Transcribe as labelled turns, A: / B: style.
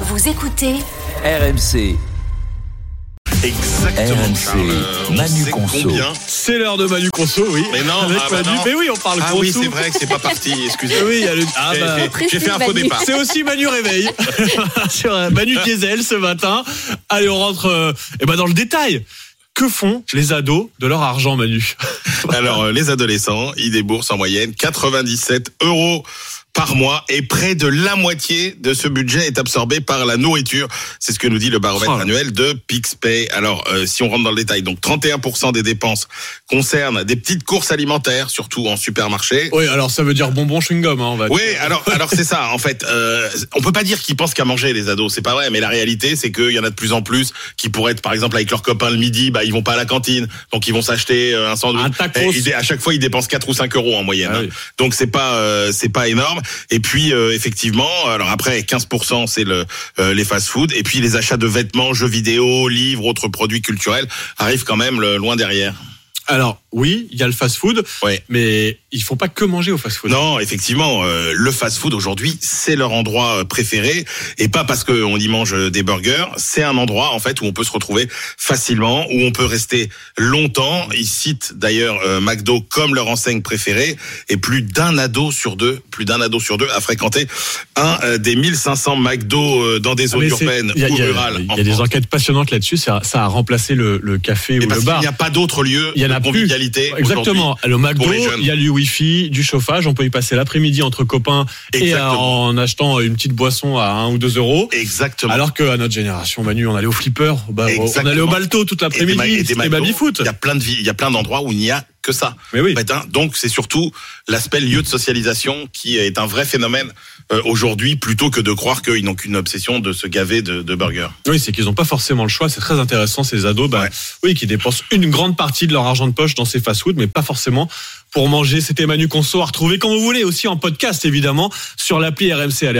A: Vous écoutez
B: RMC,
C: Exactement. Charles.
B: RMC,
C: On
B: Manu
C: sait
B: Conso.
C: combien
D: C'est l'heure de Manu Conso, oui.
C: Mais non,
D: Avec
C: ah bah
D: Manu.
C: non.
D: Mais oui, on parle
C: Ah
D: Conso.
C: oui, c'est vrai que c'est pas parti, excusez.
D: Eh oui, il y a le- Ah
C: J'ai-
D: bah,
C: j'ai- J'ai fait un faux départ.
D: C'est aussi Manu Réveil sur euh, Manu Diesel ce matin. Allez, on rentre euh, eh ben, dans le détail. Que font les ados de leur argent, Manu
C: Alors, euh, les adolescents, ils déboursent en moyenne 97 euros par mois et près de la moitié de ce budget est absorbé par la nourriture. C'est ce que nous dit le baromètre
D: Oh là.
C: annuel de PixPay. Alors, euh, si on rentre dans le détail, donc 31% des dépenses concernent des petites courses alimentaires, surtout en supermarché.
D: Oui, alors ça veut dire bonbon chewing-gum, hein, on va dire.
C: Oui, alors, alors c'est ça. En fait, euh, on peut pas dire qu'ils pensent qu'à manger les ados, c'est pas vrai. Mais la réalité, c'est qu'il y en a de plus en plus qui pourraient être, par exemple, avec leurs copains le midi, bah ils vont pas à la cantine, donc ils vont s'acheter euh, un sandwich.
D: Un tacos.
C: Et ils- à chaque fois, ils dépensent 4 ou 5 euros en moyenne.
D: Ah
C: hein.
D: oui.
C: Donc c'est pas, euh, c'est pas énorme. Et puis euh, effectivement, alors après 15%, c'est le euh, les fast-food. Et puis les achats de vêtements, jeux vidéo, livres, autres produits culturels arrivent quand même le- loin derrière.
D: Alors, oui, il y a le fast-food,
C: Ouais.
D: mais ils font pas que manger au fast-food.
C: Non, effectivement, euh, le fast-food aujourd'hui, c'est leur endroit euh, préféré, et pas parce qu'on y mange euh, des burgers. C'est un endroit en fait où on peut se retrouver facilement, où on peut rester longtemps. Ils citent d'ailleurs euh, McDo comme leur enseigne préférée, et plus d'un ado sur deux, plus d'un ado sur deux a fréquenté un euh, des 1500 McDo euh, dans des zones
D: Ah, Mais c'est-
C: urbaines
D: il y a-
C: ou
D: il y a-
C: rurales.
D: Il y
C: en
D: a des
C: France. Eh
D: enquêtes passionnantes là-dessus. Ça, ça a remplacé le, le café
C: Mais
D: ou le
C: parce qu'il
D: bar.
C: n'y a pas d'autre lieu
D: Il y en
C: de
D: a plus.
C: convivialité aujourd'hui.
D: Exactement. Le McDo,
C: pour les jeunes.
D: il y a du wifi, du chauffage. On peut y passer l'après-midi entre copains et euh,
C: Exactement.
D: en achetant une petite boisson à 1 ou 2 euros.
C: Exactement.
D: Alors qu'à notre génération, Manu, on allait au flipper, au bar- on
C: Exactement.
D: allait au balto toute
C: Et des ma- et
D: l'après-midi,
C: des
D: c'était
C: McDo,
D: baby foot.
C: Il y a plein de villes, il y a plein d'endroits où il n'y a que ça.
D: Mais oui.
C: En fait, hein, donc c'est surtout l'aspect lieu de socialisation qui est un vrai phénomène euh, aujourd'hui plutôt que de croire qu'ils n'ont qu'une obsession de se gaver de, de burgers.
D: Oui, c'est qu'ils n'ont pas forcément le choix. C'est très intéressant ces ados, bah,
C: Ouais.
D: oui, qui dépensent une grande partie de leur argent de poche dans ces fast-food, mais pas forcément pour manger. C'était Manu Conso à retrouver quand vous voulez, aussi en podcast évidemment sur l'appli RMC. Allez,